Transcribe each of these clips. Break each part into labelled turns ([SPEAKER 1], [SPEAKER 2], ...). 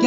[SPEAKER 1] ギ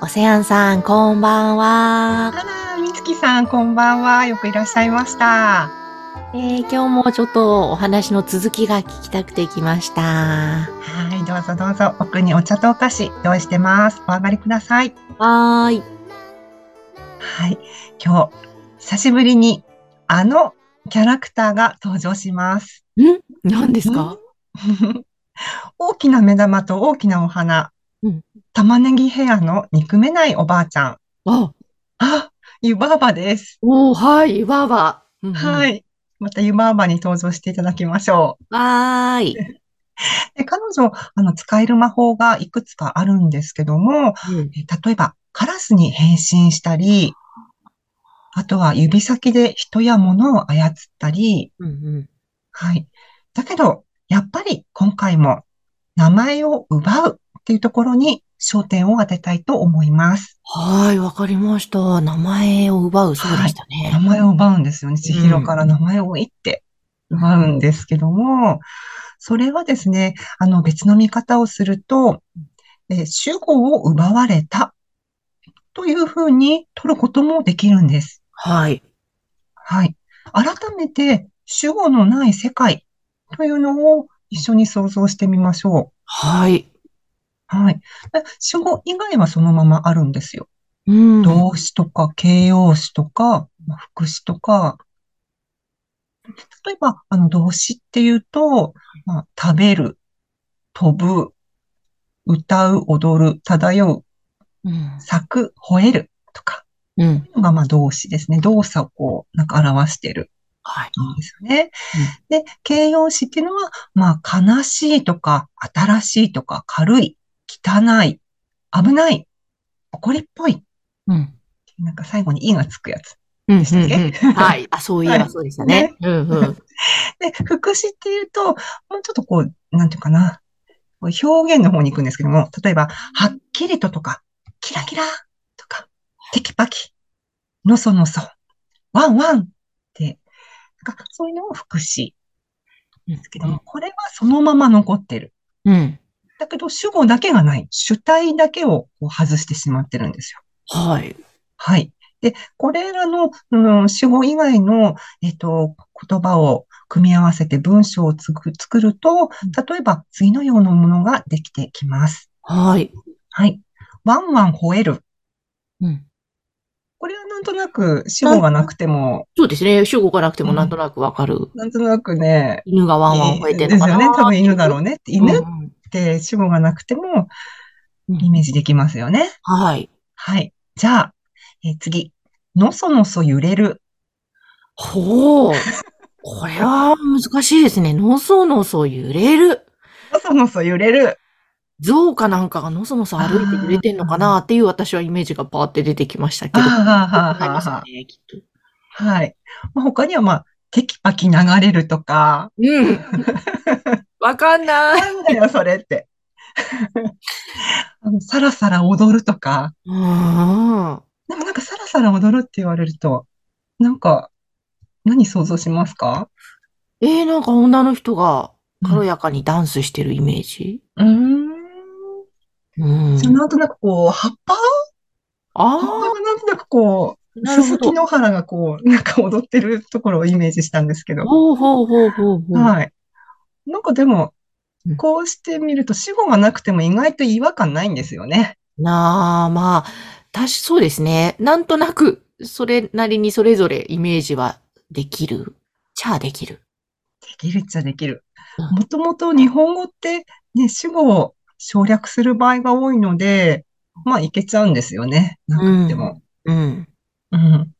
[SPEAKER 2] オセアンさん、こんばんは。
[SPEAKER 1] あらみつきさんこんばんはよくいらっしゃいました
[SPEAKER 2] えー今日もちょっとお話の続きが聞きたくて来ました。
[SPEAKER 1] はいどうぞどうぞ奥にお茶とお菓子用意してますお上がりください
[SPEAKER 2] はーい。
[SPEAKER 1] はい今日久しぶりにあのキャラクターが登場し ます
[SPEAKER 2] 何ですか
[SPEAKER 1] 大きな目玉と大きなお花、
[SPEAKER 2] うん
[SPEAKER 1] 玉ねぎヘアの憎めないおばあちゃん
[SPEAKER 2] あ、
[SPEAKER 1] あ湯婆婆です、
[SPEAKER 2] おー、はい、わーわー。うんうん
[SPEAKER 1] はいまた湯婆婆に登場していただきましょう
[SPEAKER 2] わーい。
[SPEAKER 1] で、彼女、あの、使える魔法がいくつかあるんですけども、え例えば、カラスに変身したり、あとは指先で人や物を操ったり、
[SPEAKER 2] うんうん
[SPEAKER 1] はい。だけど、やっぱり今回も名前を奪うっていうところに焦点を当てたいと思います。
[SPEAKER 2] はーい、わかりました。名前を奪う、そうでしたね。
[SPEAKER 1] 名前を奪うんですよね。千尋から名前をいって奪うんですけども、それはですね、あの別の見方をすると、えー主語を奪われたというふうに取ることもできるんです。
[SPEAKER 2] はい。
[SPEAKER 1] はい。改めて主語のない世界というのを一緒に想像してみましょ
[SPEAKER 2] はい。
[SPEAKER 1] う。はい。え主語以外はそのままあるんですよ。
[SPEAKER 2] うん。
[SPEAKER 1] 動詞とか形容詞とか、まあ副詞とか、例えば、あの、動詞っていうと、まあ、食べる、飛ぶ、歌う、踊る、漂う、
[SPEAKER 2] うん。
[SPEAKER 1] 咲く、吠えるとか、
[SPEAKER 2] うん。
[SPEAKER 1] が、まあ、動詞ですね。動作をこう、なんか表してる
[SPEAKER 2] はい。
[SPEAKER 1] んですよね。で、形容詞っていうのは、まあ、悲しいとか、新しいとか、軽い、汚い、危ない、怒りっぽい。
[SPEAKER 2] うん。
[SPEAKER 1] なんか最後に「い」がつくやつ。
[SPEAKER 2] うんうん
[SPEAKER 1] でしたっけ
[SPEAKER 2] うんはい。あ、そういえ
[SPEAKER 1] は
[SPEAKER 2] ば
[SPEAKER 1] い
[SPEAKER 2] そうでしたね。うんうん。
[SPEAKER 1] で、副詞っていうと、もうちょっとこう、なんていうかな、こう表現の方に行くんですけども、例えば、はっきりととか、キラキラとか、テキパキ、のそのそ、ワンワンって、なんかそういうのを副詞ですけども、これはそのまま残ってる。
[SPEAKER 2] うん。
[SPEAKER 1] だけど、主語だけがない。主体だけをこう外してしまってるんですよ。
[SPEAKER 2] はい。
[SPEAKER 1] はい。で、これらの、うん、主語以外の、えっと、言葉を組み合わせて文章をつく作ると、例えば次のようなものができてきます。
[SPEAKER 2] はい。
[SPEAKER 1] はい。ワンワン吠える。
[SPEAKER 2] うん。
[SPEAKER 1] これはなんとなく主語がなくても、
[SPEAKER 2] そうですね。主語がなくてもなんとなくわかる。
[SPEAKER 1] なんとなくね、
[SPEAKER 2] 犬がワンワン吠えてるのかな
[SPEAKER 1] ですよね。多分犬だろうね。犬っ
[SPEAKER 2] うん
[SPEAKER 1] て主語がなくても
[SPEAKER 2] うん
[SPEAKER 1] イメージできますよね。
[SPEAKER 2] はい。
[SPEAKER 1] はい。じゃあ、えー次。のそのそ揺れる。
[SPEAKER 2] ほう。これは難しいですね。のそのそ揺れる。
[SPEAKER 1] のそのそ揺れる。
[SPEAKER 2] 象かなんかがのそのそ歩いて揺れてんのかなっていう私はイメージがパーって出てきましたけど。
[SPEAKER 1] あー
[SPEAKER 2] 違いますよね、きっと。
[SPEAKER 1] はい。まあ、他には、まあ、テキパキ流れるとか、
[SPEAKER 2] うん。わかんない。
[SPEAKER 1] なんだ よ、それって。 あのさらさら踊るとか、
[SPEAKER 2] うん。
[SPEAKER 1] でもなんかさらさら踊るって言われると、なんか、何想像しますか
[SPEAKER 2] えー、なんか女の人が軽
[SPEAKER 1] や。
[SPEAKER 2] やかにダンスしてるイメージ。
[SPEAKER 1] うーん。
[SPEAKER 2] うん。
[SPEAKER 1] その後なんかこう、葉っぱ葉っ
[SPEAKER 2] あ
[SPEAKER 1] ぱがなんとなくこ
[SPEAKER 2] あ、
[SPEAKER 1] う、
[SPEAKER 2] なるほ
[SPEAKER 1] 鈴
[SPEAKER 2] ど
[SPEAKER 1] 木。の原がこう、なんか踊ってるところをイメージしたんですけど。
[SPEAKER 2] ほうほうほうほうほう。
[SPEAKER 1] はい。なんかでも
[SPEAKER 2] うん、
[SPEAKER 1] こうしてみると死語がなくても意外と違和感ないんですよね。
[SPEAKER 2] なあ、まあ、たし、そうですね。なんとなく、それなりにそれぞれイメージはできる。じゃあできる。
[SPEAKER 1] できるっちゃできる
[SPEAKER 2] う。
[SPEAKER 1] もともと日本語って、ね、主語を省略する場合が多いので、まあいけちゃうんですよね。なくっても。
[SPEAKER 2] うん。
[SPEAKER 1] うん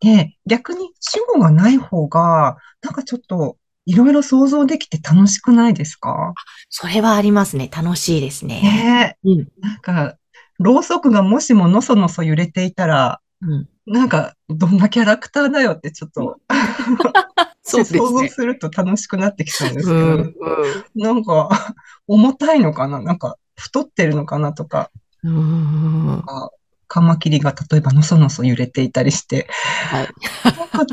[SPEAKER 1] で、逆に主語がない方が、なんかちょっといろいろ想像できて楽しくないですか
[SPEAKER 2] それはありますね。楽しいですね。
[SPEAKER 1] ねえ
[SPEAKER 2] うん。
[SPEAKER 1] なんか、ろうそくがもしものそのそ揺れていたら、
[SPEAKER 2] うん、
[SPEAKER 1] なんか、どんなキャラクターだよってちょっと、想像。すると楽しくなってきそうですけ
[SPEAKER 2] う
[SPEAKER 1] ど、
[SPEAKER 2] ん、うん
[SPEAKER 1] なんか、 重たいのかななんか、太ってるのかなとか、
[SPEAKER 2] うん。うん
[SPEAKER 1] カマキリが例えばのそのそ揺れていたりして、
[SPEAKER 2] はい。
[SPEAKER 1] なんかち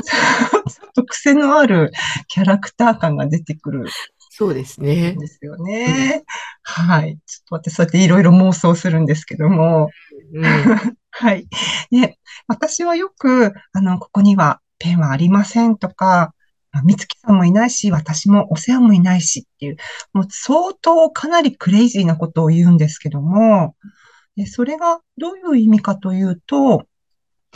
[SPEAKER 1] ょっ と癖のあるキャラクター感が出てくる
[SPEAKER 2] そうです
[SPEAKER 1] ん
[SPEAKER 2] ね。
[SPEAKER 1] ですよね。はい。ちょっと私そうやっていろいろ妄想するんですけども、
[SPEAKER 2] うん。
[SPEAKER 1] はい。ね、私はよく、あの、ここにはペンはありませんとか、あ美月さんもいないし、私もお世話もいないしっていう、もう相当かなりクレイジーなことを言うんですけども、でそれがどういう意味かというと、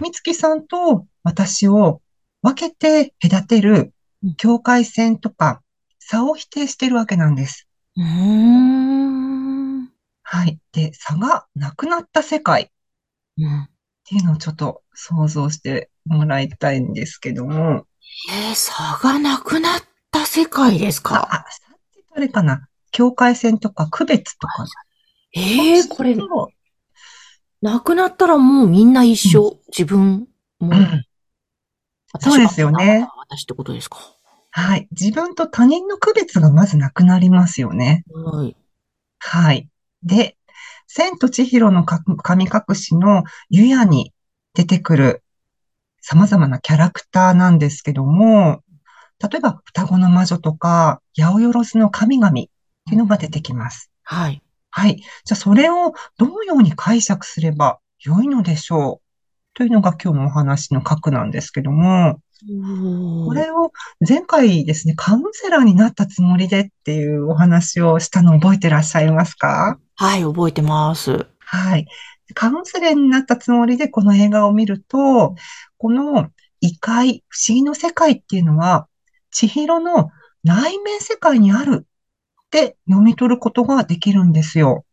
[SPEAKER 1] 美月さんと私を分けて隔てる境界線とか差を否定してるわけなんです。
[SPEAKER 2] うーん。
[SPEAKER 1] はい。で、差がなくなった世界。
[SPEAKER 2] うん
[SPEAKER 1] っていうのをちょっと想像してもらいたいんですけども。
[SPEAKER 2] えー、差がなくなった世界です
[SPEAKER 1] あ、
[SPEAKER 2] か
[SPEAKER 1] あさっきあれかな。境界線とか区別とか。
[SPEAKER 2] えー、これ、
[SPEAKER 1] そう
[SPEAKER 2] なくなったらもうみんな一緒。自分も。
[SPEAKER 1] うん
[SPEAKER 2] 私
[SPEAKER 1] そうですよね。
[SPEAKER 2] あなたは私ってことですか。
[SPEAKER 1] はい。自分と他人の区別がまずなくなりますよね。
[SPEAKER 2] はい。
[SPEAKER 1] はい。で、千と千尋のか神隠しのゆやに出てくる様々なキャラクターなんですけども、例えば双子の魔女とか、八百万の神々っていうのが出てきます。
[SPEAKER 2] はい。
[SPEAKER 1] はい。じゃあ、それをどのように解釈すれば良いのでしょうというのが今日のお話の核なんですけども、こ
[SPEAKER 2] こ
[SPEAKER 1] れを前回ですね、カウンセラーになったつもりでっていうお話をしたの覚えてらっしゃいますか
[SPEAKER 2] はい、覚えてます。
[SPEAKER 1] はい。カウンセラーになったつもりでこの映画を見ると、この異界、不思議の世界っていうのは、千尋の内面世界にあるって読み取ることができるんですよ。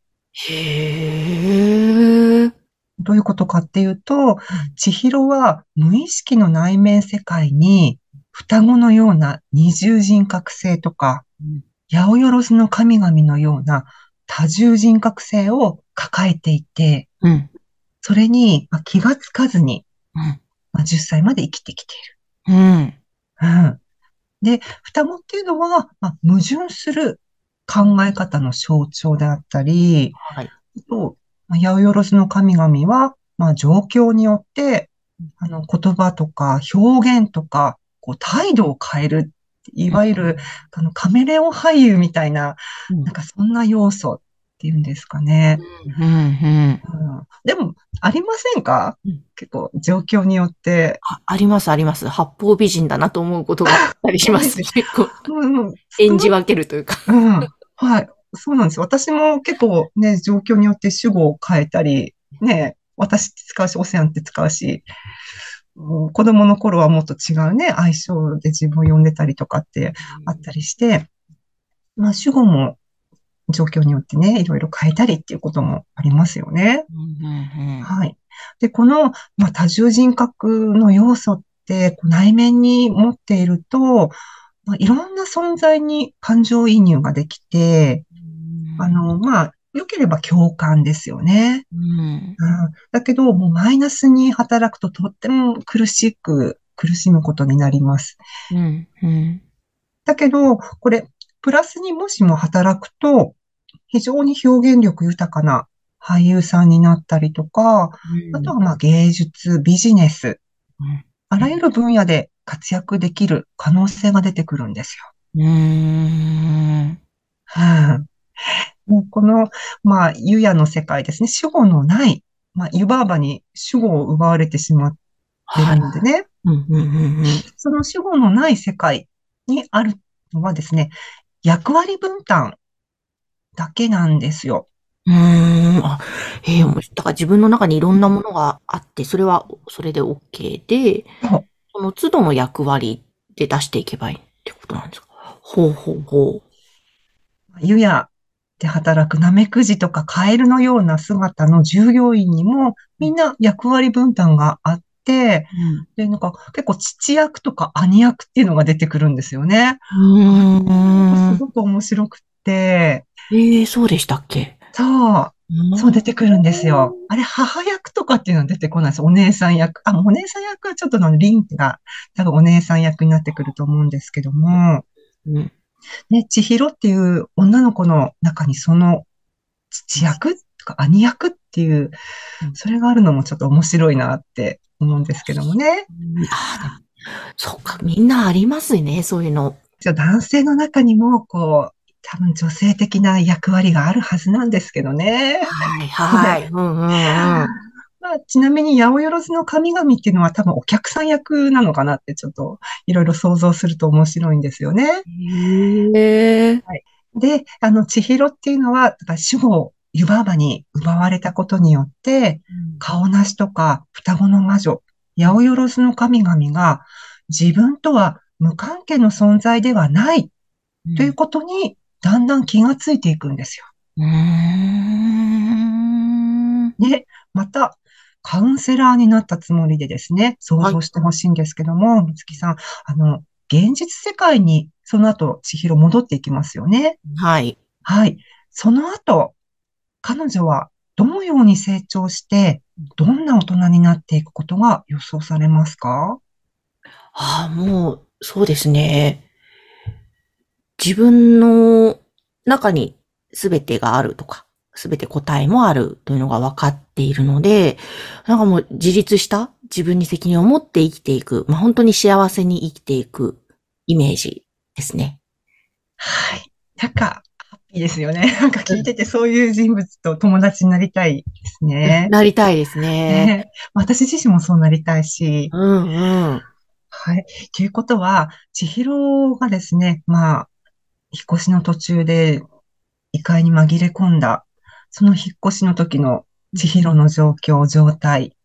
[SPEAKER 2] へえ。
[SPEAKER 1] どういうことかっていうと、千尋は無意識の内面世界に双子のような二重人格性とか、八百万の神々のような多重人格性を抱えていて、
[SPEAKER 2] うん。
[SPEAKER 1] それにまあ気がつかずに
[SPEAKER 2] うん
[SPEAKER 1] まあ10歳まで生きてきている。
[SPEAKER 2] うん。
[SPEAKER 1] うんで、双子っていうのは、まあ矛盾する考え方の象徴であったり、
[SPEAKER 2] はい。
[SPEAKER 1] と、まあ八百万の神々は、まあ、状況によって、あの、言葉とか表現とか、こう、態度を変える。いわゆる、あの、カメレオン俳優みたいな、
[SPEAKER 2] うん
[SPEAKER 1] なんかそんな要素っていうんですかね。
[SPEAKER 2] うん。うん。
[SPEAKER 1] うん、でも、ありませんか
[SPEAKER 2] うん
[SPEAKER 1] 結構、状況によって。
[SPEAKER 2] ああります、あります。八方美人だなと思うことがあったりし ます。結構、
[SPEAKER 1] うん、うん
[SPEAKER 2] 演じ分けるというか。
[SPEAKER 1] うん。はい。そうなんです。私も結構ね、状況によって主語を変えたり、ね、私って使うし、オセアンって使うし、うん子供の頃はもっと違うね、愛称で自分を呼んでたりとかってあったりして、まあ主語も状況によってね、いろいろ変えたりっていうこともありますよね。
[SPEAKER 2] うんうんうん
[SPEAKER 1] はい。で、この、まあ、多重人格の要素ってこう内面に持っていると、まあ、いろんな存在に感情移入ができて、あの、まあ、良ければ共感ですよね。
[SPEAKER 2] うん
[SPEAKER 1] うん、だけど、もうマイナスに働くととっても苦しく、苦しむことになります。
[SPEAKER 2] うんうん
[SPEAKER 1] だけど、これ、プラスにもしも働くと、非常に表現力豊かな俳優さんになったりとか、あとはまあ芸術、ビジネス
[SPEAKER 2] うん、
[SPEAKER 1] あらゆる分野で活躍できる可能性が出てくるんですよ。
[SPEAKER 2] うん
[SPEAKER 1] はいもうこの、まあ、湯屋の世界ですね。主語のない、まあ、湯婆婆に主語を奪われてしまってるのでね。
[SPEAKER 2] うんうんうんうん
[SPEAKER 1] その主語のない世界にあるのはですね、役割分担だけなんですよ。
[SPEAKER 2] うーん。あ、ええ、面白いだから自分の中にいろんなものがあって、それは、それで OK で
[SPEAKER 1] そう、
[SPEAKER 2] その都度の役割で出していけばいいってことなんですかほうほうほ
[SPEAKER 1] 湯屋で働くナメクジとかカエルのような姿の従業員にも、みんな役割分担があって、で、なんか結構父役とか兄役っていうのが出てくるんですよね。
[SPEAKER 2] うん
[SPEAKER 1] す。ごく面白くって、
[SPEAKER 2] ええ、そうでしたっけ
[SPEAKER 1] そう、そう出
[SPEAKER 2] で
[SPEAKER 1] てくるんですよ。あれ、母役とかっていうのは出てこないです。お姉さん役。あ、お姉さん役はちょっとあの、リンが多分お姉さん役になってくると思うんですけども、
[SPEAKER 2] うん。
[SPEAKER 1] ね、千尋っていう女の子の中にその父役とか兄役っていう、それがあるのもちょっと面白いなって思うんですけどもね。
[SPEAKER 2] ああ、そっか、みんなありますね、そういうの。
[SPEAKER 1] じゃあ男性の中にも、こう、多分女性的な役割があるはずなんですけどね。
[SPEAKER 2] はい、はい。うん、うん、うん。
[SPEAKER 1] まあ、ちなみに、八百万の神々っていうのは多分お客さん役なのかなってちょっといろいろ想像すると面白いんですよね。
[SPEAKER 2] へえ。
[SPEAKER 1] で、あの、千尋っていうのは、だから主語を湯婆婆に奪われたことによって、顔なしとか双子の魔女、八百万の神々が自分とは無関係の存在ではないということにだんだん気がついていくんですよ。
[SPEAKER 2] うーん。
[SPEAKER 1] で、また、カウンセラーになったつもりでですね、想像してほしいんですけども、みつきさん、あの、現実世界に、その後、千尋戻っていきますよね。
[SPEAKER 2] はい。
[SPEAKER 1] はい。その後、彼女はどのように成長して、どんな大人になっていくことが予想されますか
[SPEAKER 2] ああ、もう、そうですね。自分の中に全てがあるとか、全て答えもあるというのが分かっているので、なんかもう自立した自分に責任を持って生きていく、まあ、本当に幸せに生きていくイメージですね。
[SPEAKER 1] はい。なんか、ハッピーですよね。 なんか聞いてて、そういう人物と友達になりたいですね。
[SPEAKER 2] なりたいですね。
[SPEAKER 1] ね私自身もそうなりたいし、
[SPEAKER 2] うんうん。
[SPEAKER 1] はい。ということは、千尋がですね、まあ、引っ越しの途中で異界に紛れ込んだ、その引っ越しの時の千尋の状況、状態、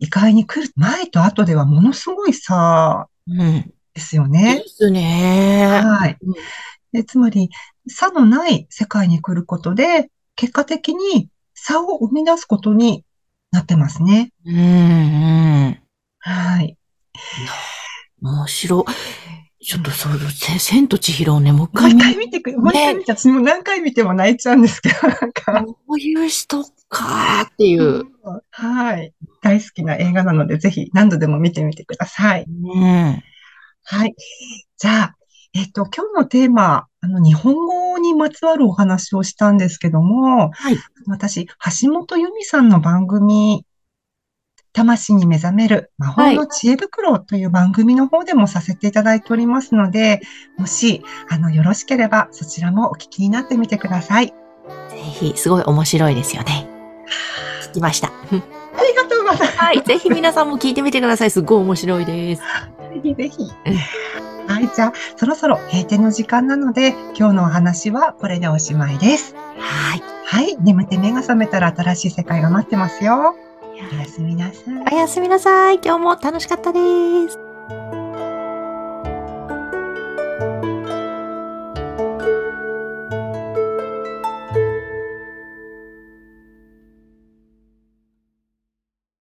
[SPEAKER 1] 異界に来る前と後ではものすごい差
[SPEAKER 2] うん。
[SPEAKER 1] ですよ
[SPEAKER 2] で
[SPEAKER 1] ね。
[SPEAKER 2] すね。
[SPEAKER 1] はい
[SPEAKER 2] うん。
[SPEAKER 1] でつまり、差のない世界に来ることで、結果的に差を生み出すことになってますね。
[SPEAKER 2] うんうん。
[SPEAKER 1] はい。
[SPEAKER 2] 面白い。ちょっとそう、せ千と千尋をね、もう
[SPEAKER 1] もう
[SPEAKER 2] 一回
[SPEAKER 1] 一
[SPEAKER 2] 見
[SPEAKER 1] 回見てく、もう一回見て、私も何回見ても泣いちゃうんですけど、なんか。
[SPEAKER 2] こういう人かーっていう。
[SPEAKER 1] はい。大好きな映画なので、ぜひ何度でも見てみてください。
[SPEAKER 2] うん。
[SPEAKER 1] はい。じゃあ、えっと、今日のテーマ、あの、日本語にまつわるお話をしたんですけども、
[SPEAKER 2] はい
[SPEAKER 1] 私、橋本由美さんの番組、魂に目覚める魔法の知恵袋という番組の方でもさせていただいておりますので、もし、あの、よろしければそちらもお聞きになってみてください。
[SPEAKER 2] ぜひ、すごい面白いですよね。聞きました。
[SPEAKER 1] ありがとうございます。
[SPEAKER 2] はい。ぜひ皆さんも聞いてみてください。すごい面白いです。
[SPEAKER 1] ぜひぜひ。はい、じゃあ、そろそろ閉店の時間なので、今日のお話はこれでおしまいです。
[SPEAKER 2] はい。
[SPEAKER 1] はい、眠って目が覚めたら新しい世界が待ってますよ。おやすみなさい。
[SPEAKER 2] おやすみなさい。今日も楽しかったです。